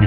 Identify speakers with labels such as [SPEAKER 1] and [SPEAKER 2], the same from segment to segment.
[SPEAKER 1] 女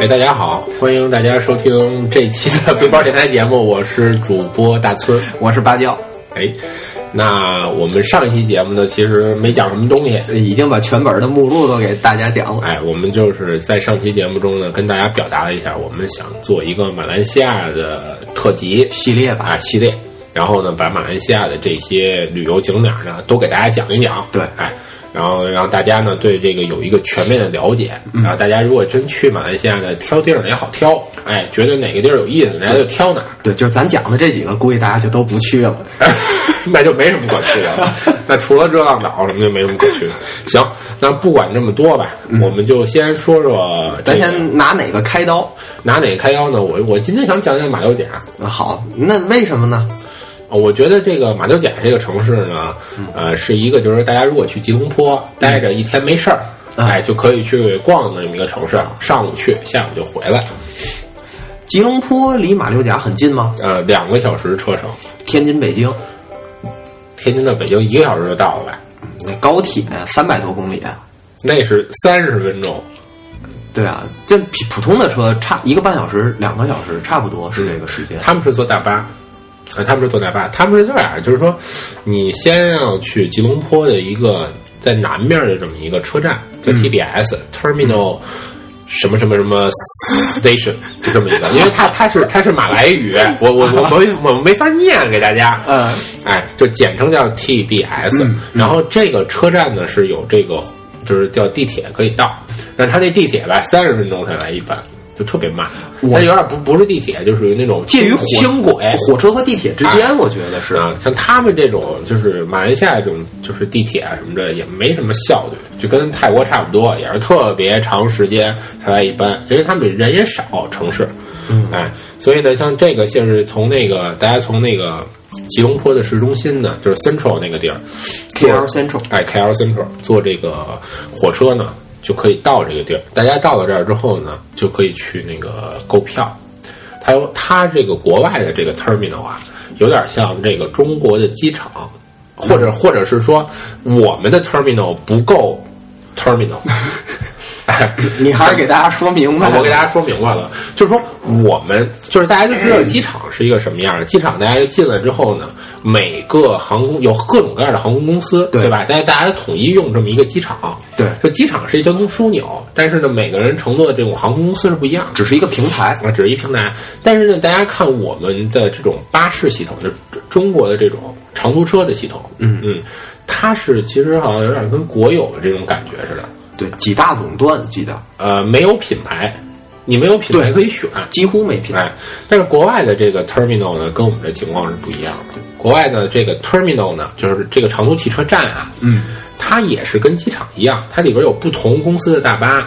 [SPEAKER 1] 哎，大家好，欢迎大家收听这期的背包电台节目，我是主播大村。
[SPEAKER 2] 我是芭蕉，
[SPEAKER 1] 哎，那我们上一期节目呢，其实没讲什么东西。
[SPEAKER 2] 已经把全本的目录都给大家讲了。
[SPEAKER 1] 哎，我们就是在上期节目中呢，跟大家表达了一下，我们想做一个马来西亚的特辑
[SPEAKER 2] 系列吧，
[SPEAKER 1] 啊系列，然后呢，把马来西亚的这些旅游景点呢，都给大家讲一讲。
[SPEAKER 2] 对
[SPEAKER 1] 哎，然后让大家呢对这个有一个全面的了解。
[SPEAKER 2] 嗯
[SPEAKER 1] 然后大家如果真去马来西亚呢，挑地儿呢也好挑，哎，觉得哪个地儿有意思，大家就挑哪儿。
[SPEAKER 2] 对，就是咱讲的这几个，估计大家就都不去了。
[SPEAKER 1] 那就没什么可去的了。 那除了热浪岛什么就没什么可去的。行，那不管这么多吧，我们就先说说这
[SPEAKER 2] 嗯咱
[SPEAKER 1] 个、
[SPEAKER 2] 先拿哪个开刀？
[SPEAKER 1] 拿哪个开腰呢？我我今天想讲讲马六甲。哦
[SPEAKER 2] 啊好，那为什么呢？
[SPEAKER 1] 我觉得这个马六甲这个城市呢，呃，是一个就是大家如果去吉隆坡待着一天没事儿，
[SPEAKER 2] 嗯
[SPEAKER 1] 哎，就可以去逛的这么一个城市。啊上午去，下午就回来，
[SPEAKER 2] 吉隆坡离马六甲很近吗？
[SPEAKER 1] 呃，两个小时车程，
[SPEAKER 2] 天津、北京，
[SPEAKER 1] 天津到北京一个小时就到了吧？
[SPEAKER 2] 那高铁三百多公里。
[SPEAKER 1] 那是三十分钟，
[SPEAKER 2] 对啊，这比普通的车差一个半小时、两个小时，差不多是这个时间。
[SPEAKER 1] 他们是坐大巴，啊、他们是坐大巴，他们是这样，就是说，你先要去吉隆坡的一个在南面的这么一个车站，叫 TBS、Terminal。什么什么什么 station 就这么一 个，因为它它是它是马来语，我我我没我没法念给大家，
[SPEAKER 2] 嗯，
[SPEAKER 1] 哎，就简称叫 TBS、然后这个车站呢是有这个就是叫地铁可以到，但它那地铁吧三十分钟才来一班，就特别慢，它有点不不是地铁，就属于那种
[SPEAKER 2] 介于火
[SPEAKER 1] 轻轨。
[SPEAKER 2] 火车和地铁之间，我觉得是。
[SPEAKER 1] 啊，像他们这种就是马来西亚这种就是地铁啊什么的也没什么效率，就跟泰国差不多，也是特别长时间才来一班，因为他们人也少，城市，嗯，哎，所以呢，像这个就是从那个大家从那个吉隆坡的市中心呢，就是 Central 那个地儿
[SPEAKER 2] KL Central
[SPEAKER 1] 哎 KL Central 坐这个火车呢就可以到这个地儿，大家到了这儿之后呢，就可以去那个购票。它有它这个国外的这个 terminal 啊，有点像这个中国的机场，或者 或者是说我们的 terminal 不够 terminal。哎
[SPEAKER 2] 你还是给大家说明白。
[SPEAKER 1] 我给大家说明白了，就是说我们就是大家就知道机场是一个什么样的。机场大家进来之后呢，每个航空有各种各样的航空公司，
[SPEAKER 2] 对
[SPEAKER 1] 对吧？大家大家统一用这么一个机场。
[SPEAKER 2] 对
[SPEAKER 1] 就机场是一交通枢纽，但是呢，每个人乘坐的这种航空公司是不一样的。
[SPEAKER 2] 只是一个平台，
[SPEAKER 1] 啊，只是一平台。但是呢，大家看我们的这种巴士系统，就是中国的这种长途车的系统，嗯嗯，它是其实好像有点跟国有的这种感觉似的，
[SPEAKER 2] 对，几大垄断，记得
[SPEAKER 1] 呃，没有品牌，你没有品
[SPEAKER 2] 对
[SPEAKER 1] 牌可以选。
[SPEAKER 2] 几乎没平台。
[SPEAKER 1] 哎，但是国外的这个 terminal 呢，跟我们的情况是不一样的。国外的这个 terminal 呢，就是这个长途汽车站啊，嗯，它也是跟机场一样，它里边有不同公司的大巴，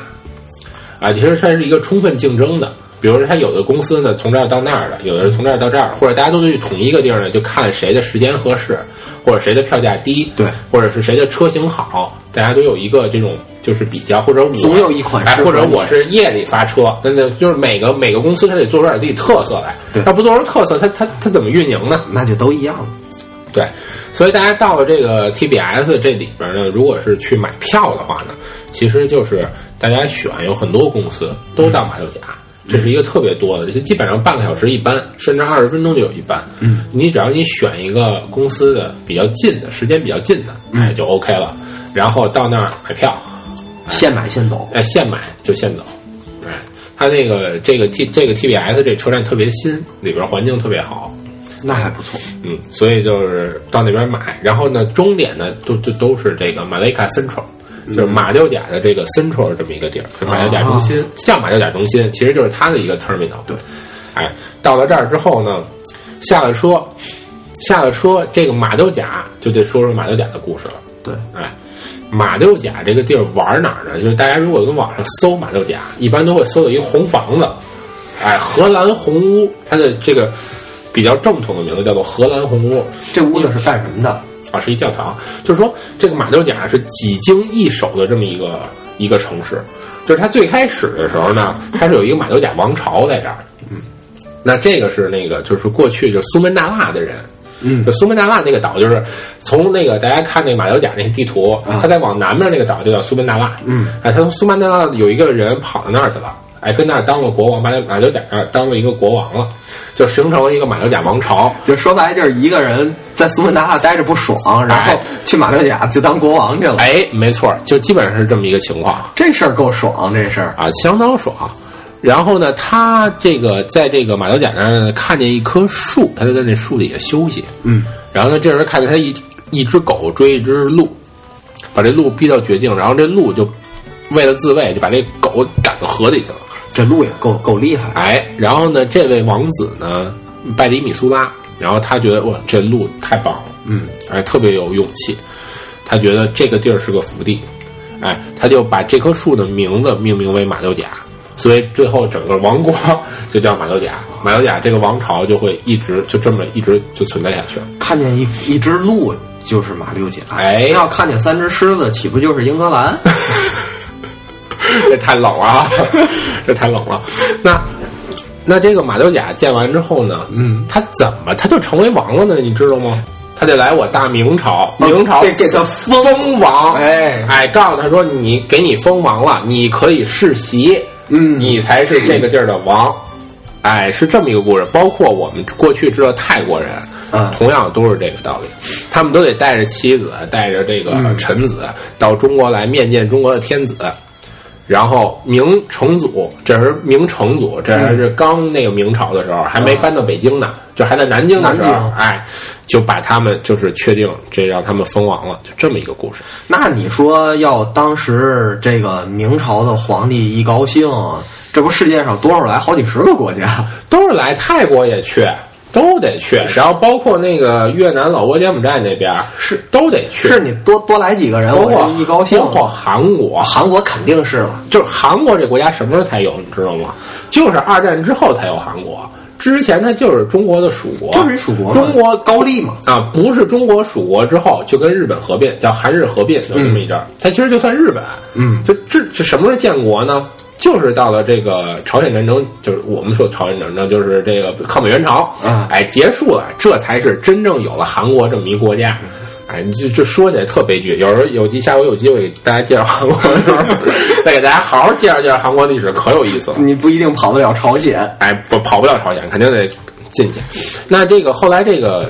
[SPEAKER 1] 啊，其实它是一个充分竞争的。比如说，它有的公司呢从这儿到那儿的，有的是从这儿到这儿，或者大家都去统一一个地儿呢，就看谁的时间合适，或者谁的票价低，
[SPEAKER 2] 对
[SPEAKER 1] 或者是谁的车型好，大家都有一个这种就是比较，或者我
[SPEAKER 2] 总有一款
[SPEAKER 1] 哎，
[SPEAKER 2] 适合
[SPEAKER 1] 或者
[SPEAKER 2] 你
[SPEAKER 1] 我是夜里发车，那那就是每个每个公司它得做出点自己特色来
[SPEAKER 2] 对，
[SPEAKER 1] 它不做出特色，它它它怎么运营呢？
[SPEAKER 2] 那就都一样了。
[SPEAKER 1] 对，所以大家到了这个 TBS 这里边呢，如果是去买票的话呢，其实就是大家选有很多公司都到马六甲，这是一个特别多的，就基本上半个小时一班，甚至二十分钟就有一班。嗯，你只要你选一个公司的比较近的时间比较近的，哎，就 OK 了。然后到那儿买票，
[SPEAKER 2] 现买现走。
[SPEAKER 1] 哎，现买就现走。哎，它那个这个 T 这个 TBS 这车站特别新，里边环境特别好，
[SPEAKER 2] 那还不错。
[SPEAKER 1] 嗯，所以就是到那边买，然后呢，终点呢都都都是这个马来卡 Central，就是马六甲的这个 Central 这么一个地儿，马六甲中心、叫马六甲中心，其实就是它的一个 terminal。
[SPEAKER 2] 对，
[SPEAKER 1] 哎，到了这儿之后呢，下了车，下了车，这个马六甲就得说说马六甲的故事了。
[SPEAKER 2] 对，
[SPEAKER 1] 哎，马六甲这个地儿玩哪儿呢？就是大家如果跟网上搜马六甲，一般都会搜到一个红房子，哎，荷兰红屋，它的这个比较正统的名字叫做荷兰红屋
[SPEAKER 2] 这屋子是干什么的？
[SPEAKER 1] 啊，是一教堂。就是说，这个马六甲是几经易手的这么一个一个城市。就是它最开始的时候呢，它是有一个马六甲王朝在这儿。嗯，那这个是那个就是过去就苏门答腊的人。嗯，就苏门答腊那个岛，就是从那个大家看那个马六甲那个地图，它再往南面那个岛就叫苏门答腊。啊嗯，哎，他从苏门答腊有一个人跑到那儿去了，哎，跟那儿当了国王，把马六甲那儿当做一个国王了，就形成了一个马六甲王朝。
[SPEAKER 2] 就说白了就是一个人在苏门答腊待着不爽，然后
[SPEAKER 1] 哎
[SPEAKER 2] 去马六甲就当国王去了。
[SPEAKER 1] 哎，没错儿，就基本上是这么一个情况
[SPEAKER 2] 这事儿够爽，这事儿
[SPEAKER 1] 啊，相当爽。然后呢，他这个在这个马六甲那儿呢看见一棵树，他就在那树底下休息。嗯，然后呢，这时候看见他一一只狗追一只鹿，把这鹿逼到绝境，然后这鹿就为了自卫，就把这狗赶到河里去了。
[SPEAKER 2] 这路也够够厉害。
[SPEAKER 1] 哎，然后呢，这位王子呢，拜里米苏拉，然后他觉得哇，这路太棒了，嗯，哎，特别有勇气，他觉得这个地儿是个福地，哎，他就把这棵树的名字命名为马六甲，所以最后整个王国就叫马六甲，马六甲这个王朝就会一直就这么一直就存在下去了。
[SPEAKER 2] 看见一一只鹿就是马六甲，
[SPEAKER 1] 哎
[SPEAKER 2] 要看见三只狮子，岂不就是英格兰？
[SPEAKER 1] 这太冷了啊，这太冷了。那那这个马六甲建完之后呢，嗯，他怎么他就成为王了呢？你知道吗？他得来我大明朝，明朝
[SPEAKER 2] 得哦给他封
[SPEAKER 1] 封王，
[SPEAKER 2] 哎
[SPEAKER 1] 哎，告诉他说你给你封王了，你可以世袭，嗯，你才是这个地儿的王。哎，是这么一个故事，包括我们过去知道泰国人，
[SPEAKER 2] 嗯
[SPEAKER 1] 同样都是这个道理，他们都得带着妻子，带着这个臣子到中国来面见中国的天子，然后明成祖，这是明成祖，这还是刚那个明朝的时候，还没搬到北京呢，就还在啊南京的时候
[SPEAKER 2] 南，
[SPEAKER 1] 哎，就把他们就是确定这让他们封王了，就这么一个故事。
[SPEAKER 2] 那你说要当时这个明朝的皇帝一高兴，这不世界上多少来好几十个国家？
[SPEAKER 1] 都是来泰国也去，都得去，然后包括那个越南、老挝、柬埔寨那边是都得去，
[SPEAKER 2] 是你多多来几个人，
[SPEAKER 1] 包
[SPEAKER 2] 我
[SPEAKER 1] 括
[SPEAKER 2] 这一高兴
[SPEAKER 1] 包，括韩国，
[SPEAKER 2] 韩国肯定是了。
[SPEAKER 1] 就是韩国这国家什么时候才有，你知道吗？就是二战之后才有韩国，之前它就是中国的属国，
[SPEAKER 2] 就是一属国嘛
[SPEAKER 1] 中国
[SPEAKER 2] 高丽嘛，
[SPEAKER 1] 啊，不是中国属国之后就跟日本合并，叫韩日合并，有这么一阵儿。它其实就算日本，嗯，就这这什么时候建国呢？就是到了这个朝鲜战争，就是我们说朝鲜战争，就是这个抗美援朝，
[SPEAKER 2] 嗯
[SPEAKER 1] 哎，结束了，这才是真正有了韩国这么一国家。哎，你就就说起来特悲剧。有时候有机，下回有机会给大家介绍韩国的时候，再给大家好好介绍介绍韩国历史，可有意思了。
[SPEAKER 2] 你不一定跑得了朝鲜。
[SPEAKER 1] 哎，不跑不了朝鲜，肯定得进去。那这个后来这个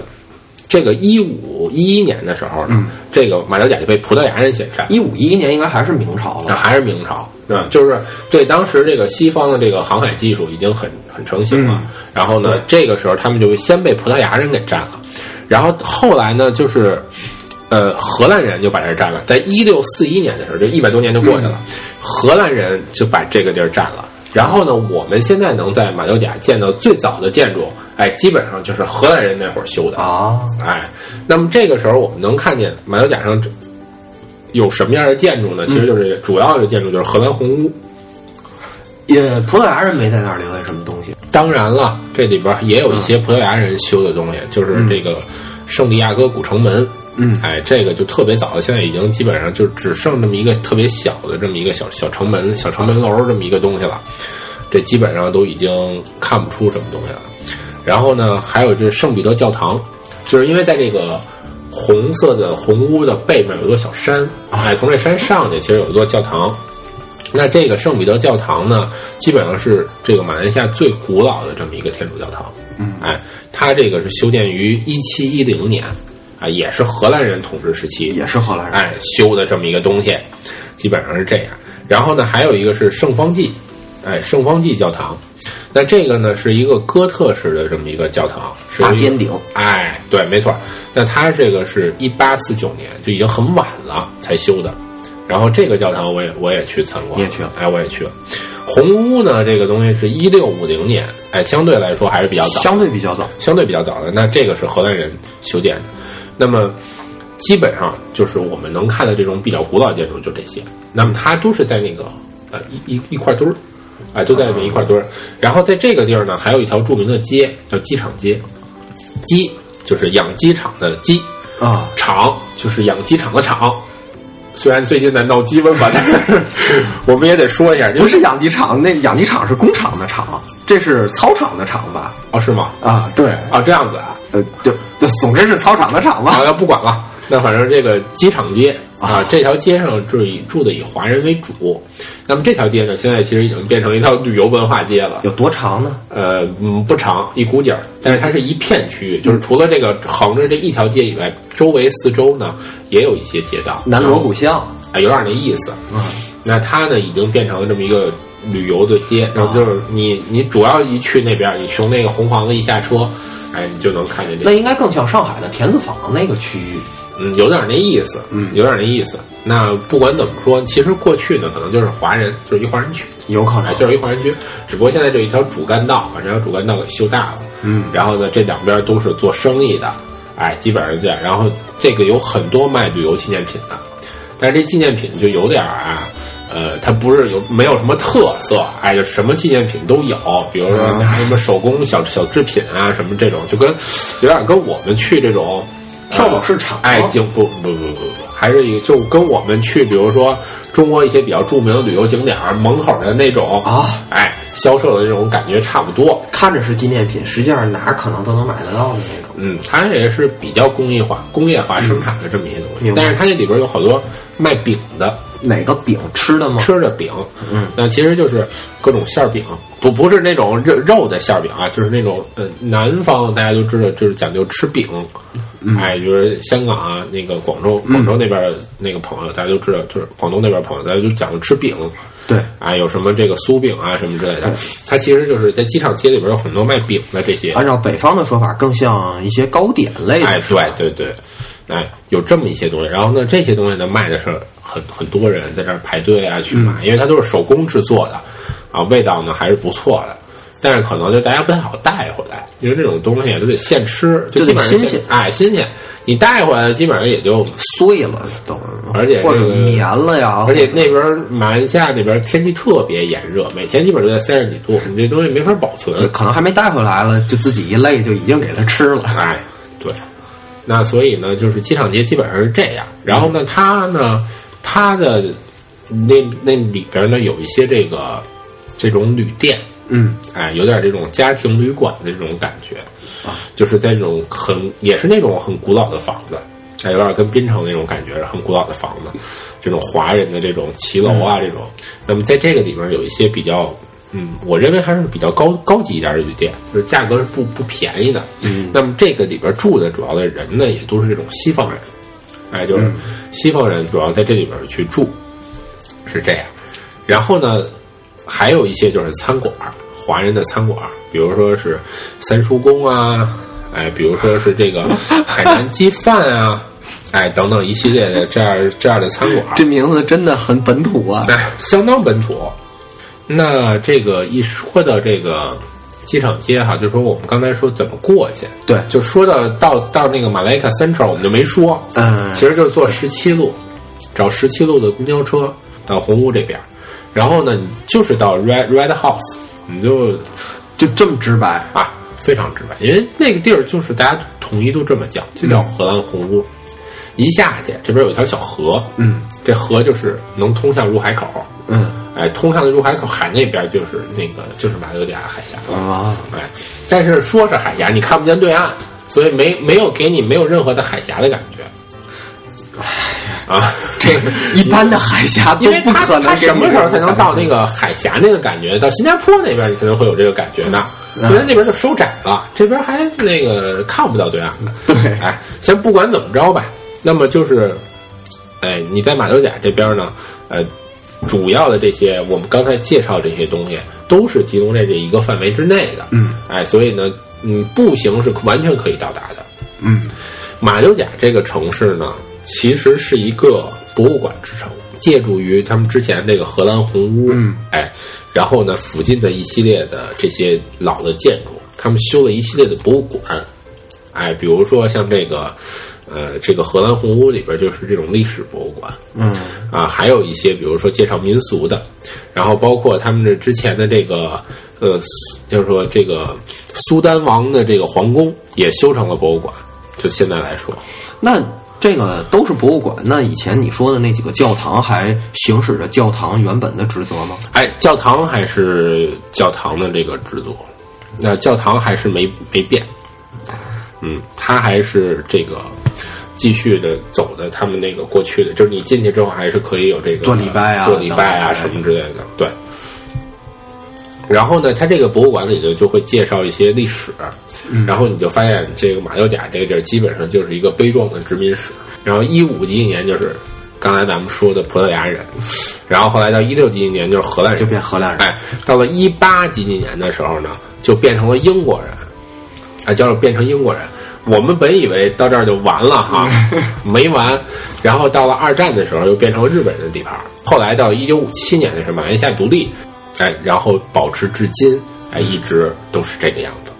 [SPEAKER 1] 这个一五一一年的时候呢，这个马六甲就被葡萄牙人侵占，
[SPEAKER 2] 一五一一年应该还是明朝
[SPEAKER 1] 那
[SPEAKER 2] 了，
[SPEAKER 1] 还是明朝。嗯，就是对当时这个西方的这个航海技术已经很很成型了。然后呢，这个时候他们就先被葡萄牙人给占了，然后后来呢，就是呃荷兰人就把这儿占了。在一六四一年的时候，就一百多年就过去了，荷兰人就把这个地儿占了。然后呢，我们现在能在马六甲见到最早的建筑，哎，基本上就是荷兰人那会儿修的。
[SPEAKER 2] 啊，
[SPEAKER 1] 哎，那么这个时候我们能看见马六甲上这有什么样的建筑呢？其实就是主要的建筑就是荷兰红屋。
[SPEAKER 2] 也葡萄牙人没在那儿留下什么东西。
[SPEAKER 1] 当然了，这里边也有一些葡萄牙人修的东西，就是这个圣地亚哥古城门。嗯，哎，这个就特别早了，现在已经基本上就只剩这么一个特别小的这么一个小小城门、小城门楼这么一个东西了。这基本上都已经看不出什么东西了。然后呢，还有就是圣彼得教堂，就是因为在这个红色的红屋的背面有座小山，哎，从这山上去其实有一座教堂。那这个圣彼得教堂呢，基本上是这个马来西亚最古老的这么一个天主教堂。嗯，哎，它这个是修建于一七一零年，啊，也是荷兰人统治时期，
[SPEAKER 2] 也是荷兰人。
[SPEAKER 1] 哎修的这么一个东西，基本上是这样。然后呢，还有一个是圣方济，哎，圣方济教堂。那这个呢是一个哥特式的这么一个教堂，是
[SPEAKER 2] 大
[SPEAKER 1] 一个
[SPEAKER 2] 尖顶
[SPEAKER 1] 哎，对，没错。那它这个是一八四九年，就已经很晚了才修的。然后这个教堂我也我也去参观，
[SPEAKER 2] 你也去了
[SPEAKER 1] 哎，我也去了。红屋呢，这个东西是一六五零年，哎，相对来说还是比较早，
[SPEAKER 2] 相对比较早。
[SPEAKER 1] 相对比较早的，那这个是荷兰人修建的。那么基本上就是我们能看的这种比较古老建筑就这些。那么它都是在那个呃一一一块堆儿，啊、都在那一块堆儿。然后在这个地儿呢，还有一条著名的街叫机场街，鸡就是养鸡场的鸡，
[SPEAKER 2] 啊，
[SPEAKER 1] 场就是养鸡场的场。虽然最近在闹鸡瘟吧，但是 我们也得说一下，因为
[SPEAKER 2] 不是养鸡场，那养鸡场是工厂的厂，这是操场的场吧？
[SPEAKER 1] 哦，是吗？
[SPEAKER 2] 啊，对，
[SPEAKER 1] 啊，这样子啊，
[SPEAKER 2] 呃，就就总之是操场的场吧。
[SPEAKER 1] 啊，那不管了。那反正这个机场街啊，这条街上就是以住的以华人为主。那么这条街呢，现在其实已经变成一条旅游文化街了。
[SPEAKER 2] 有多长呢？
[SPEAKER 1] 呃，嗯，不长，一股劲儿，但是它是一片区域，就是除了这个横着这一条街以外，周围四周呢也有一些街道。
[SPEAKER 2] 南锣鼓巷，
[SPEAKER 1] 啊，有点那意思。嗯，那它呢已经变成了这么一个旅游的街，然后就是你你主要一去那边儿，你从那个红房子一下车，哎，你就能看见这个
[SPEAKER 2] 那应该更像上海的田子坊那个区域。
[SPEAKER 1] 嗯，有点那意思，嗯，有点那意思。那不管怎么说，其实过去呢，可能就是华人，就是一华人区，
[SPEAKER 2] 有可
[SPEAKER 1] 哎，
[SPEAKER 2] 能
[SPEAKER 1] 就是一华人区。只不过现在这一条主干道，把这条主干道给修大了，嗯，然后呢，这两边都是做生意的，哎，基本上是这样。然后这个有很多卖旅游纪念品的，但是这纪念品就有点儿啊。呃，它不是有没有什么特色，哎，就什么纪念品都有，比如说拿什么手工小小制品啊，什么这种，就跟有点跟我们去这种
[SPEAKER 2] 跳蚤市场
[SPEAKER 1] 哎，景不不不不不，还是一个就跟我们去，比如说中国一些比较著名的旅游景点儿门口的那种，
[SPEAKER 2] 啊，
[SPEAKER 1] 哎，销售的这种感觉差不多。
[SPEAKER 2] 看着是纪念品，实际上哪儿可能都能买得到的那种。
[SPEAKER 1] 嗯，它也是比较工业化、工业化生产的这么一些东西，
[SPEAKER 2] 明白
[SPEAKER 1] 但是它那里边有好多卖饼的。
[SPEAKER 2] 哪个饼吃的吗？
[SPEAKER 1] 吃的饼，嗯，那其实就是各种馅儿饼，不不是那种肉肉的馅儿饼啊，就是那种呃南方大家都知道，就是讲究吃饼，哎，就是香港啊，那个广州广州那边儿那个朋友、大家都知道，就是广东那边儿朋友大家就讲究吃饼，
[SPEAKER 2] 对，
[SPEAKER 1] 啊，有什么这个酥饼啊什么之类的，它其实就是在机场街里边有很多卖饼的这些，
[SPEAKER 2] 按照北方的说法，更像一些糕点类的。
[SPEAKER 1] 哎，对对对，哎，有这么一些东西。然后呢，这些东西呢卖的是很很多人在这儿排队啊
[SPEAKER 2] 嗯
[SPEAKER 1] 去买，因为它都是手工制作的，啊，味道呢还是不错的。但是可能就大家不太好带回来，因为这种东西也都得现吃，
[SPEAKER 2] 就得
[SPEAKER 1] 基本上
[SPEAKER 2] 新
[SPEAKER 1] 现
[SPEAKER 2] 鲜
[SPEAKER 1] 哎，新鲜。你带回来的基本上也就，
[SPEAKER 2] 碎了都，
[SPEAKER 1] 而且这个
[SPEAKER 2] 或者绵了呀，
[SPEAKER 1] 而且那边儿马来西亚那边儿天气特别炎热，每天基本上都在三十几度，你这东西没法保存。
[SPEAKER 2] 可能还没带回来了，就自己一累就已经给它吃了。
[SPEAKER 1] 哎，对，那所以呢，就是机场街基本上是这样。然后呢，它呢，它的那那里边呢有一些这个这种旅店，
[SPEAKER 2] 嗯，
[SPEAKER 1] 哎，有点这种家庭旅馆的这种感觉，就是在那种很也是那种很古老的房子。哎，有点跟滨城那种感觉，很古老的房子，这种华人的这种骑楼啊，这种。那么在这个里面有一些比较，嗯，我认为还是比较高高级一点的旅店，就是价格是不不便宜的。嗯，那么这个里边住的主要的人呢，也都是这种西方人，哎，就是西方人主要在这里边去住，是这样。然后呢，还有一些就是餐馆儿，华人的餐馆儿，比如说是三叔公啊，哎，比如说是这个海南鸡饭啊，哎，等等一系列的这样这样的餐馆儿，
[SPEAKER 2] 这名字真的很本土啊。
[SPEAKER 1] 哎，相当本土。那这个一说到这个机场街哈，就说我们刚才说怎么过去，
[SPEAKER 2] 对
[SPEAKER 1] 就说到到到那个马来卡 Central，我们就没说，
[SPEAKER 2] 嗯，
[SPEAKER 1] 其实就是坐十七路，找十七路的公交车到红屋这边儿，然后呢，你就是到 Red Red House，你就
[SPEAKER 2] 就这么直白。
[SPEAKER 1] 啊，非常直白，因为那个地儿就是大家统一都这么叫，就叫荷兰红屋。一下去，这边有一条小河，
[SPEAKER 2] 嗯
[SPEAKER 1] 这河就是能通向入海口，
[SPEAKER 2] 嗯
[SPEAKER 1] 哎，通向的入海口海那边就是那个就是马六甲海峡，
[SPEAKER 2] 啊，
[SPEAKER 1] 哎，但是说是海峡，你看不见对岸，所以没没有给你没有任何的海峡的感觉。啊，这个
[SPEAKER 2] 一般的海峡
[SPEAKER 1] 因
[SPEAKER 2] 都
[SPEAKER 1] 为
[SPEAKER 2] 不
[SPEAKER 1] 他
[SPEAKER 2] 可
[SPEAKER 1] 他
[SPEAKER 2] 能给你这种感觉。
[SPEAKER 1] 什么时候才能到那个海峡那个感觉？到新加坡那边你才能会有这个感觉呢，
[SPEAKER 2] 嗯
[SPEAKER 1] 因为那边就收窄了，这边还那个看不到对岸呢。
[SPEAKER 2] 对
[SPEAKER 1] 哎，先不管怎么着吧，那么就是，哎，你在马六甲这边呢，呃，主要的这些我们刚才介绍这些东西，都是集中在这一个范围之内的。
[SPEAKER 2] 嗯，
[SPEAKER 1] 哎，所以呢，嗯，步行是完全可以到达的。
[SPEAKER 2] 嗯，
[SPEAKER 1] 马六甲这个城市呢，其实是一个博物馆之城，借助于他们之前那个荷兰红屋，
[SPEAKER 2] 嗯，
[SPEAKER 1] 哎，然后呢，附近的一系列的这些老的建筑，他们修了一系列的博物馆，哎，比如说像这个，呃，这个荷兰红屋里边就是这种历史博物馆，
[SPEAKER 2] 嗯
[SPEAKER 1] 啊，还有一些比如说介绍民俗的，然后包括他们这之前的这个呃，苏就是说这个苏丹王的这个皇宫也修成了博物馆。就现在来说，
[SPEAKER 2] 那这个都是博物馆。那以前你说的那几个教堂还行使着教堂原本的职责吗？
[SPEAKER 1] 哎，教堂还是教堂的这个制作，那教堂还是没没变，嗯，它还是这个继续的走的他们那个过去的，就是你进去之后还是可以有这个
[SPEAKER 2] 做礼拜啊
[SPEAKER 1] 做礼拜
[SPEAKER 2] 等
[SPEAKER 1] 啊
[SPEAKER 2] 等
[SPEAKER 1] 什么之类的，对。然后呢，它这个博物馆里头就会介绍一些历史，然后你就发现这个马六甲这个地儿基本上就是一个悲壮的殖民史。然后一五几几年就是刚才咱们说的葡萄牙人，然后后来到一六几几年就是荷兰人，
[SPEAKER 2] 就变荷兰人。
[SPEAKER 1] 哎，到了一八几几年的时候呢，就变成了英国人，啊，叫做变成英国人。我们本以为到这儿就完了哈，没完。然后到了二战的时候，又变成了日本人的地盘儿。后来到一九五七年的时候，马来西亚独立，哎，然后保持至今，哎，一直都是这个样子。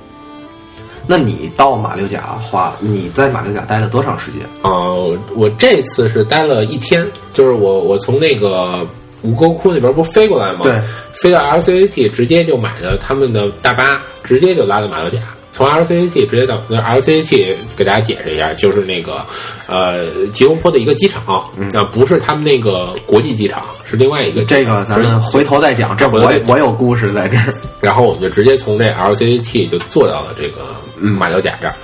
[SPEAKER 2] 那你到马六甲花，你在马六甲待了多长时间？
[SPEAKER 1] 呃，我这次是待了一天，就是我我从那个吴沟窟那边不是飞过来吗？
[SPEAKER 2] 对，
[SPEAKER 1] 飞到 LCAT 直接就买的他们的大巴，直接就拉到马六甲。从 LCAT 直接到那 LCAT 给大家解释一下，就是那个呃吉隆坡的一个机场，啊、不是他们那个国际机场，是另外一个
[SPEAKER 2] 嗯
[SPEAKER 1] 机场
[SPEAKER 2] 这个咱
[SPEAKER 1] 是
[SPEAKER 2] 们回头再讲，这
[SPEAKER 1] 回头
[SPEAKER 2] 我
[SPEAKER 1] 再讲
[SPEAKER 2] 我有故事在这儿。
[SPEAKER 1] 然后我们就直接从这 LCAT 就坐到了这个
[SPEAKER 2] 嗯
[SPEAKER 1] 马六甲这儿，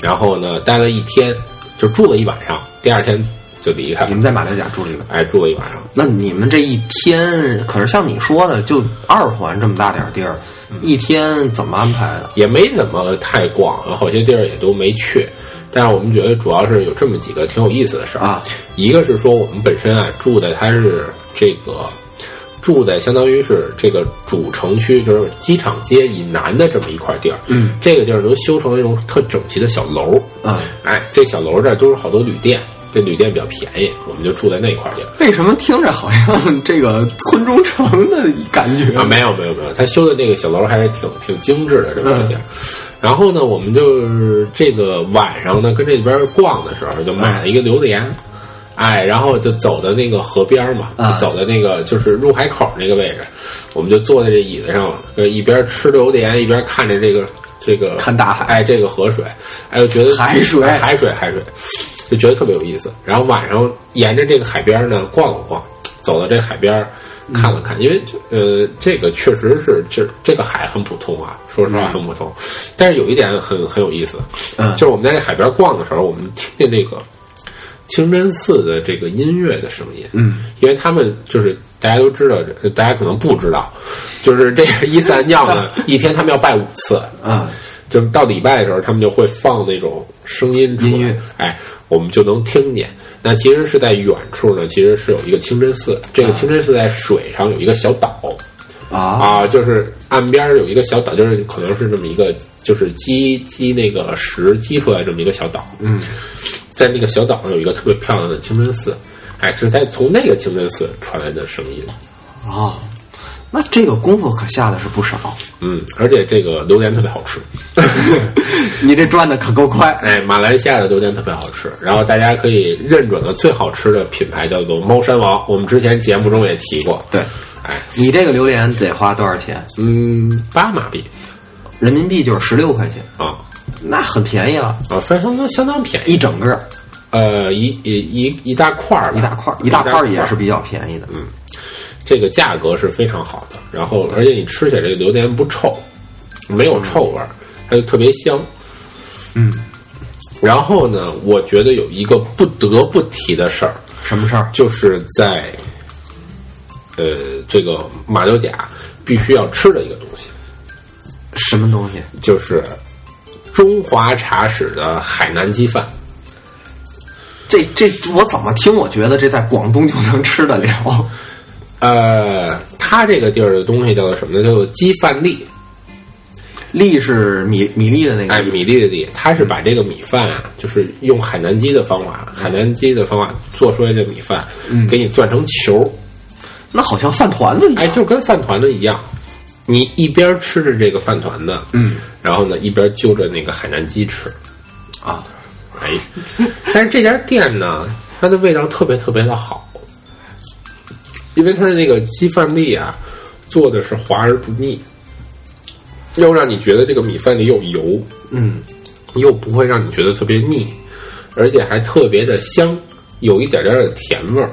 [SPEAKER 1] 然后呢待了一天，就住了一晚上，第二天就离开了
[SPEAKER 2] 你。们在马六甲住了一晚，
[SPEAKER 1] 哎，住了一晚上。
[SPEAKER 2] 那你们这一天，可是像你说的，就二环这么大点儿地儿，一天怎么安排啊的？
[SPEAKER 1] 也没怎么太逛，然后有些地儿也都没去。但是我们觉得主要是有这么几个挺有意思的事儿
[SPEAKER 2] 啊，
[SPEAKER 1] 一个是说我们本身啊住的它是这个住在相当于是这个主城区，就是机场街以南的这么一块地儿。嗯，这个地儿都修成那种特整齐的小楼。
[SPEAKER 2] 嗯，
[SPEAKER 1] 哎，这小楼这儿都是好多旅店，这旅店比较便宜，我们就住在那块儿地儿。
[SPEAKER 2] 为什么听着好像这个村中城的感觉
[SPEAKER 1] 啊， 没有没有没有，他修的那个小楼还是挺挺精致的这么一个地儿。
[SPEAKER 2] 嗯
[SPEAKER 1] 然后呢，我们就是这个晚上呢，跟这边逛的时候，就买了一个榴莲，哎，然后就走到那个河边儿嘛，
[SPEAKER 2] 啊
[SPEAKER 1] 就走到那个就是入海口那个位置，我们就坐在这椅子上，就一边吃榴莲一边看着这个这个
[SPEAKER 2] 看大海
[SPEAKER 1] 哎，这个河水，哎，我觉得
[SPEAKER 2] 海水
[SPEAKER 1] 哎海水海水，就觉得特别有意思。然后晚上沿着这个海边呢逛了逛，走到这海边看了看，因为这呃这个确实是这这个海很普通啊，说实话很普通，但是有一点很很有意思，
[SPEAKER 2] 嗯
[SPEAKER 1] 就是我们在这海边逛的时候，我们听见这个清真寺的这个音乐的声音，嗯，因为他们就是大家都知道，呃大家可能不知道，就是这个伊斯兰教呢，一天他们要拜五次，
[SPEAKER 2] 啊？
[SPEAKER 1] 就是到礼拜的时候，他们就会放那种声音出来
[SPEAKER 2] 音乐
[SPEAKER 1] 哎，我们就能听见。那其实是在远处呢，其实是有一个清真寺，这个清真寺在水上有一个小岛
[SPEAKER 2] 啊
[SPEAKER 1] 啊，就是岸边儿有一个小岛，就是可能是这么一个，就是积积那个石积出来这么一个小岛。嗯，在那个小岛上有一个特别漂亮的清真寺，哎，是在从那个清真寺传来的声音。
[SPEAKER 2] 啊！那这个功夫可下的是不少，
[SPEAKER 1] 嗯，而且这个榴莲特别好吃。
[SPEAKER 2] 你这转的可够快。
[SPEAKER 1] 哎，马来西亚的榴莲特别好吃，然后大家可以认准了最好吃的品牌叫做猫山王，我们之前节目中也提过。
[SPEAKER 2] 对
[SPEAKER 1] 哎，
[SPEAKER 2] 你这个榴莲得花多少钱？
[SPEAKER 1] 嗯，八马币
[SPEAKER 2] 人民币就是十六块钱，
[SPEAKER 1] 啊
[SPEAKER 2] 那很便宜了，
[SPEAKER 1] 啊，非常相当便宜，
[SPEAKER 2] 一整个儿
[SPEAKER 1] 呃，一一一一大块儿吧，
[SPEAKER 2] 一大块儿，
[SPEAKER 1] 一
[SPEAKER 2] 一大块
[SPEAKER 1] 儿
[SPEAKER 2] 儿也是比较便宜的。嗯
[SPEAKER 1] 这个价格是非常好的，然后而且你吃起来这个榴莲不臭，
[SPEAKER 2] 嗯
[SPEAKER 1] 没有臭味儿，它就特别香。嗯，然后呢，我觉得有一个不得不提的事儿，
[SPEAKER 2] 什么事儿？
[SPEAKER 1] 就是在呃这个马六甲必须要吃的一个东西，
[SPEAKER 2] 什么东西？
[SPEAKER 1] 就是中华茶室的海南鸡饭。
[SPEAKER 2] 这这我怎么听？我觉得这在广东就能吃得了。
[SPEAKER 1] 呃，它这个地儿的东西叫做什么呢？叫做鸡饭粒，
[SPEAKER 2] 粒是米米粒的那
[SPEAKER 1] 哎，
[SPEAKER 2] 个粒，
[SPEAKER 1] 米粒的粒，它是把这个米饭啊，就是用海南鸡的方法，海南鸡的方法做出来这米饭，给你攥成球儿，
[SPEAKER 2] 那好像饭团子一样。
[SPEAKER 1] 哎，就跟饭团子一样，你一边吃着这个饭团子，嗯，然后呢一边揪着那个海南鸡吃，
[SPEAKER 2] 啊，
[SPEAKER 1] 哎， 但是这家店呢，它的味道特别特别的好，因为它的那个鸡饭粒啊，做的是滑而不腻，又让你觉得这个米饭里有油，
[SPEAKER 2] 嗯，
[SPEAKER 1] 又不会让你觉得特别腻，而且还特别的香，有一点点的甜味儿。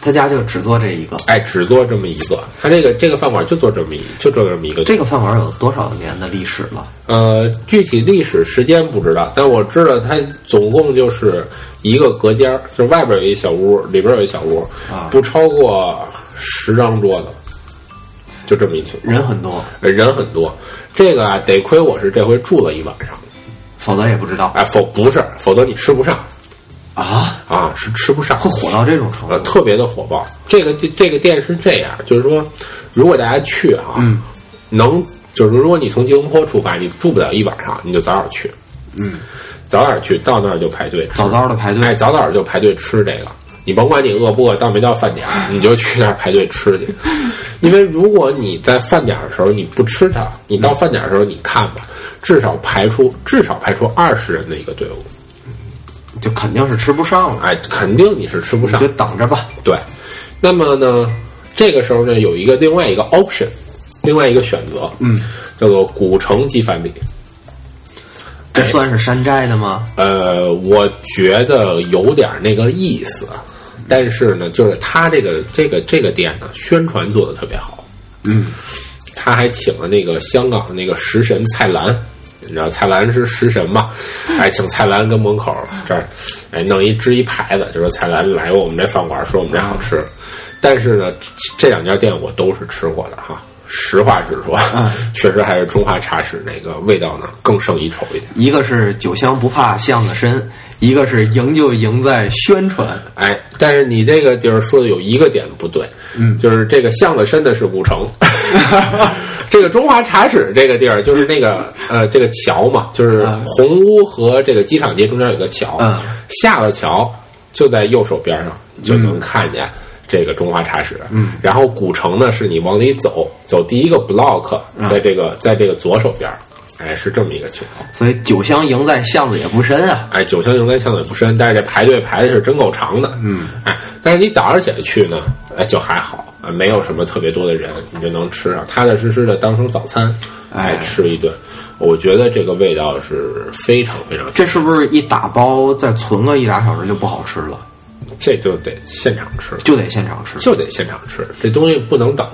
[SPEAKER 2] 他家就只做这一个。
[SPEAKER 1] 哎，只做这么一个，他这个这个饭馆就做这么一，就做这么一个。
[SPEAKER 2] 这个饭馆有多少年的历史了？
[SPEAKER 1] 呃，具体历史时间不知道，但我知道它总共就是一个隔间儿，就是外边有一小屋，里边有一小屋，
[SPEAKER 2] 啊
[SPEAKER 1] 不超过十张桌子，就这么一情况，
[SPEAKER 2] 人很多，
[SPEAKER 1] 呃人很多。这个啊，得亏我是这回住了一晚上，
[SPEAKER 2] 否则也不知道
[SPEAKER 1] 哎，否不是，否则你吃不上
[SPEAKER 2] 啊，
[SPEAKER 1] 啊，是吃不上，
[SPEAKER 2] 会火到这种程
[SPEAKER 1] 呃，
[SPEAKER 2] 度。
[SPEAKER 1] 特别的火爆。这个这这个店是这样，就是说，如果大家去哈、
[SPEAKER 2] 嗯
[SPEAKER 1] 能就是如果你从吉隆坡出发，你住不了一晚上，你就早点去，
[SPEAKER 2] 嗯，
[SPEAKER 1] 早点去，到那儿就排队吃，
[SPEAKER 2] 早早的排队
[SPEAKER 1] 哎，早早就排队吃这个。你甭管你饿不饿，到没到饭点儿，你就去那儿排队 吃去。因为如果你在饭点儿的时候你不吃它，你到饭点儿的时候你看吧，至少排出至少排出二十人的一个队伍，
[SPEAKER 2] 就肯定是吃不上了，
[SPEAKER 1] 哎，肯定你是吃不
[SPEAKER 2] 你
[SPEAKER 1] 上
[SPEAKER 2] 就。等着吧。
[SPEAKER 1] 对，那么呢，这个时候呢，有一个另外一个 option，另外一个选择，嗯，叫做古城鸡饭里。
[SPEAKER 2] 这算是山寨的吗？
[SPEAKER 1] 呃，我觉得有点那个意思，但是呢，就是他这个这个这个店呢，宣传做的特别好，嗯，他还请了那个香港的那个食神蔡澜。你知道蔡澜是食神嘛？哎，请蔡澜跟门口这儿，哎，弄一支一牌子，就说蔡澜来过我们这饭馆，说我们这好吃。但是呢，这两家店我都是吃过的哈。实话实说，确实还是中华茶室那个味道呢更胜一筹一点。
[SPEAKER 2] 一个是酒香不怕巷子深，一个是赢就赢在宣传。
[SPEAKER 1] 哎，但是你这个就是说的有一个点不对，嗯，就是这个巷子深的是古 城，这个中华茶室这个地儿就是那个呃这个桥嘛，就是红屋和这个机场街中间有个桥，
[SPEAKER 2] 嗯
[SPEAKER 1] 下了桥就在右手边上就能看见这个中华茶室，嗯，然后古城呢是你往里走，走第一个 block，在这个在这个左手边儿，哎，是这么一个情况。
[SPEAKER 2] 所以酒香赢在巷子也不深啊。
[SPEAKER 1] 哎，九香迎来巷子不深，但是这排队排的是真够长的。嗯，哎，但是你早上起来去呢，哎，就还好，啊没有什么特别多的人，你就能吃上，踏踏实实的当成早餐，哎，
[SPEAKER 2] 哎
[SPEAKER 1] 吃一顿。我觉得这个味道是非常非常，
[SPEAKER 2] 这是不是一打包再存个一俩小时就不好吃了？
[SPEAKER 1] 这就得现场吃，
[SPEAKER 2] 就得现场吃。
[SPEAKER 1] 就得现场吃，这东西不能等。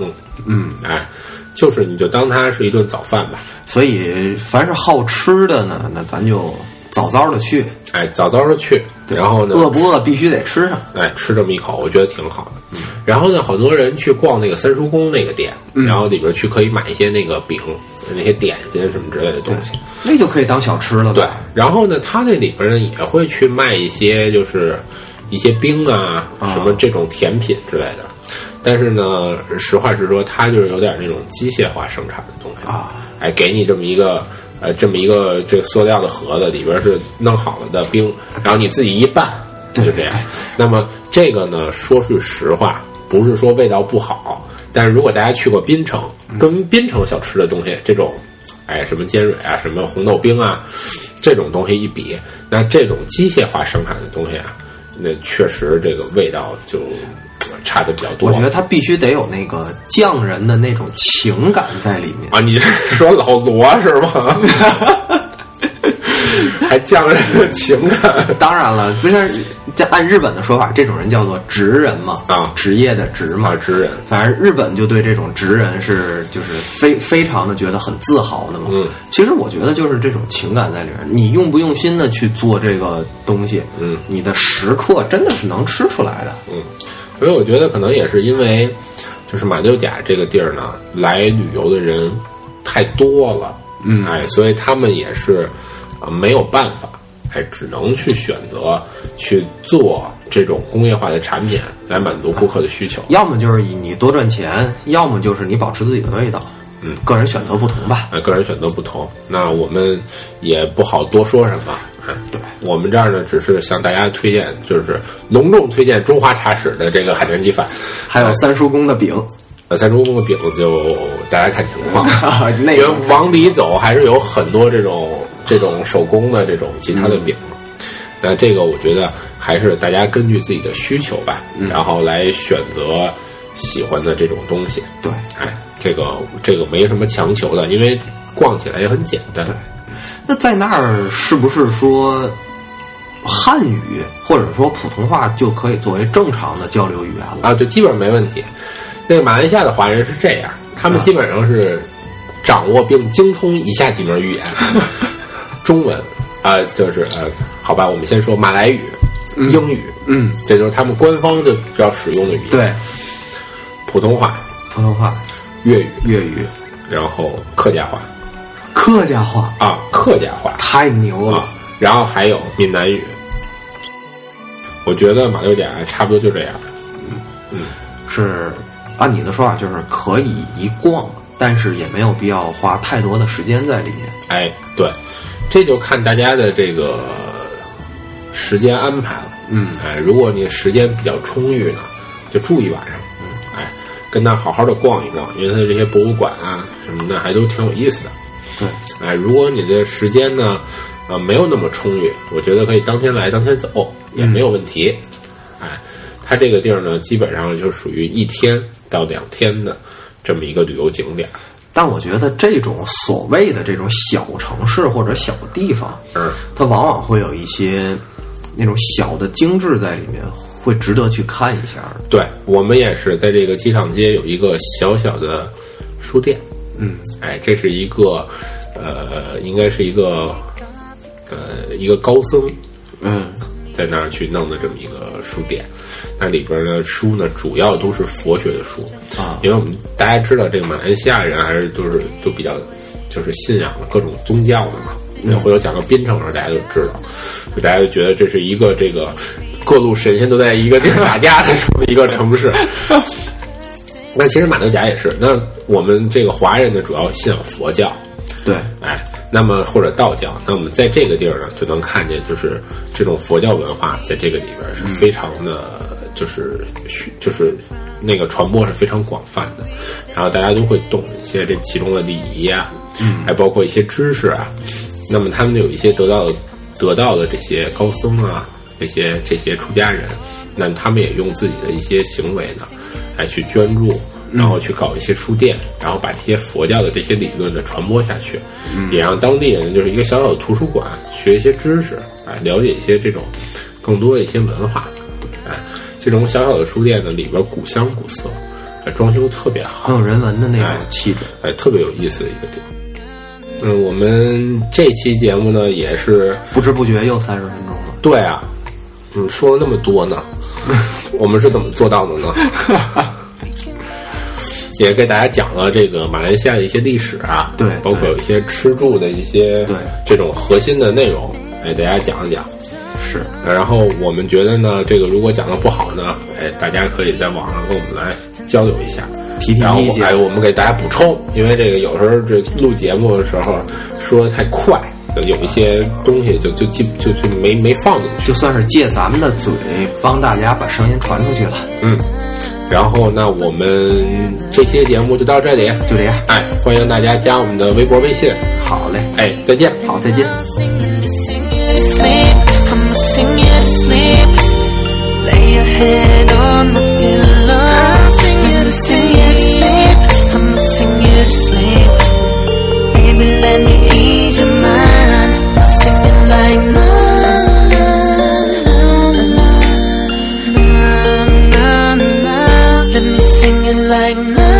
[SPEAKER 1] 嗯，哎，就是你就当它是一顿早饭吧。
[SPEAKER 2] 所以凡是好吃的呢，那咱就早早的去，
[SPEAKER 1] 哎，早早的去，然后呢，
[SPEAKER 2] 饿不饿必须得吃上。
[SPEAKER 1] 哎，吃这么一口，我觉得挺好的。然后呢，好多人去逛那个三叔公那个店，然后里边去可以买一些那个饼、那些点心什么之类的东西。
[SPEAKER 2] 那就可以当小吃了。
[SPEAKER 1] 对，，然后呢，他那里边呢也会去卖一些就是一些冰啊，什么这种甜品之类的。但是呢，实话实说，它就是有点那种机械化生产的东西
[SPEAKER 2] 啊。
[SPEAKER 1] 哎，给你这么一个呃这么一个这个塑料的盒子，里边是弄好了的冰，然后你自己一拌，就这样。那么这个呢，说句实话，不是说味道不好，但是如果大家去过滨城，
[SPEAKER 2] 嗯
[SPEAKER 1] 跟滨城小吃的东西这种。哎，什么尖蕊啊，什么红豆冰啊，这种东西一比，那这种机械化生产的东西啊，那确实这个味道就呃差的比较多。
[SPEAKER 2] 我觉得它必须得有那个匠人的那种情感在里面。
[SPEAKER 1] 啊，你是说老罗是吗？ 还匠人的情感
[SPEAKER 2] 当然了，不是这按日本的说法，这种人叫做职人嘛，
[SPEAKER 1] 啊
[SPEAKER 2] 职业的职嘛
[SPEAKER 1] 啊，。之人，
[SPEAKER 2] 反正日本就对这种职人是就是非非常的觉得很自豪的嘛。
[SPEAKER 1] 嗯，
[SPEAKER 2] 其实我觉得就是这种情感在里面，你用不用心的去做这个东西，嗯，你的食客真的是能吃出来的。
[SPEAKER 1] 嗯所以我觉得可能也是因为，就是马六甲这个地儿呢，来旅游的人太多了，嗯，哎，所以他们也是啊、呃没有办法，哎，只能去选择去做这种工业化的产品来满足顾客的需求。
[SPEAKER 2] 要么就是以你多赚钱，要么就是你保持自己的味道。嗯，个人选择不同吧。
[SPEAKER 1] 啊，个人选择不同，那我们也不好多说什么。哎，对我们这儿呢，只是向大家推荐，就是隆重推荐中华茶室的这个海南鸡饭。
[SPEAKER 2] 还有三叔公的饼，
[SPEAKER 1] 呃，三叔公的饼就大家看情况，
[SPEAKER 2] 那
[SPEAKER 1] 因为
[SPEAKER 2] 个嗯
[SPEAKER 1] 往里走还是有很多这种这种手工的这种其他的饼。那这个我觉得还是大家根据自己的需求吧，
[SPEAKER 2] 嗯
[SPEAKER 1] 然后来选择喜欢的这种东西。
[SPEAKER 2] 对，
[SPEAKER 1] 哎，这个这个没什么强求的，因为逛起来也很简单。
[SPEAKER 2] 对那在那儿是不是说汉语或者说普通话就可以作为正常的交流语言了？
[SPEAKER 1] 啊，就基本上没问题。那个马来西亚的华人是这样，他
[SPEAKER 2] 嗯
[SPEAKER 1] 们基本上是掌握并精通以下几门语 言：中文，啊、就是呃，好吧，我们先说马来语、英语，
[SPEAKER 2] 嗯，
[SPEAKER 1] 这就是他们官方的要使用的语言；
[SPEAKER 2] 对，
[SPEAKER 1] 普通话、
[SPEAKER 2] 普通话、
[SPEAKER 1] 粤语，
[SPEAKER 2] 粤语、
[SPEAKER 1] 然后客家话
[SPEAKER 2] 客家话，
[SPEAKER 1] 啊，客家话
[SPEAKER 2] 太牛了！
[SPEAKER 1] 啊，然后还有闽南语。我觉得马六甲差不多就这样。
[SPEAKER 2] 是按你的说法，就是可以一逛，但是也没有必要花太多的时间在里面。
[SPEAKER 1] 哎，对，这就看大家的这个时间安排了。嗯，哎，如果你时间比较充裕呢，就住一晚上。嗯，哎，跟那好好的逛一逛，因为它这些博物馆啊什么的还都挺有意思的。
[SPEAKER 2] 对，
[SPEAKER 1] 哎，如果你的时间呢，呃，没有那么充裕，我觉得可以当天来当天走也没有问题。哎，它这个地儿呢，基本上就属于一天到两天的这么一个旅游景点。
[SPEAKER 2] 但我觉得这种所谓的这种小城市或者小地方，
[SPEAKER 1] 嗯，
[SPEAKER 2] 它往往会有一些那种小的精致在里面，会值得去看一下。
[SPEAKER 1] 对我们也是在这个机场街有一个小小的书店，
[SPEAKER 2] 嗯，
[SPEAKER 1] 哎，这是一个呃，应该是一个呃一个高僧
[SPEAKER 2] 嗯，
[SPEAKER 1] 在那儿去弄的这么一个书店，那里边的书呢，主要都是佛学的书
[SPEAKER 2] 啊
[SPEAKER 1] 因为我们大家知道这个马来西亚人还是都是都比较就是信仰各种宗教的嘛。那回头讲到槟城的时候，大家就知道，就大家就觉得这是一个这个各路神仙都在一个地方打架的这么一个城市。那其实马六甲也是，那我们这个华人呢，主要信仰佛教，
[SPEAKER 2] 对，
[SPEAKER 1] 哎，那么或者道教，那我们在这个地儿呢，就能看见，就是这种佛教文化在这个里边儿是非常的，就是就是那个传播是非常广泛的，然后大家都会懂一些这其中的礼仪啊，嗯，还包括一些知识啊，那么他们有一些得到得到的这些高僧啊，这些这些出家人，那他们也用自己的一些行为呢，来去捐助，然后去搞一些书店，然后把这些佛教的这些理论呢传播下去，也让当地人就是一个小小的图书馆学一些知识，哎，了解一些这种更多的一些文化，哎，这种小小的书店呢里边古香古色，哎，装修特别好
[SPEAKER 2] 很，有人文的那
[SPEAKER 1] 哎
[SPEAKER 2] 种气质。
[SPEAKER 1] 哎，特别有意思的一个地方。嗯，我们这期节目呢也是
[SPEAKER 2] 不知不觉又三十分钟了。
[SPEAKER 1] 对啊，嗯，说了那么多 呢，我们是怎么做到的呢？也给大家讲了这个马来西亚的一些历史啊，
[SPEAKER 2] 对
[SPEAKER 1] 包括有一些吃住的一些
[SPEAKER 2] 对
[SPEAKER 1] 这种核心的内容，哎，大家讲一讲。
[SPEAKER 2] 是，
[SPEAKER 1] 然后我们觉得呢，这个如果讲的不好呢，哎，大家可以在网上跟我们来交流一下，
[SPEAKER 2] 提提
[SPEAKER 1] 然后
[SPEAKER 2] 意
[SPEAKER 1] 我
[SPEAKER 2] 见
[SPEAKER 1] 哎，我们给大家补充，因为这个有时候这录节目的时候说的太快，有一些东西就就记就就没没放进去。
[SPEAKER 2] 就算是借咱们的嘴帮大家把声音传出去了，
[SPEAKER 1] 嗯，然后那我们这期节目就到这里，
[SPEAKER 2] 就这样。
[SPEAKER 1] 哎，欢迎大家加我们的微博、微信，
[SPEAKER 2] 好嘞，
[SPEAKER 1] 哎，再见。
[SPEAKER 2] 好，再见。
[SPEAKER 3] Singing, singing, sleep. I'm singing, sleep. Lay your head on my pillow. I'm singing, singing, sleep. I'm singing, sleep. Baby, let me ease your mind. Singing like na na na na na. Let me sing it like na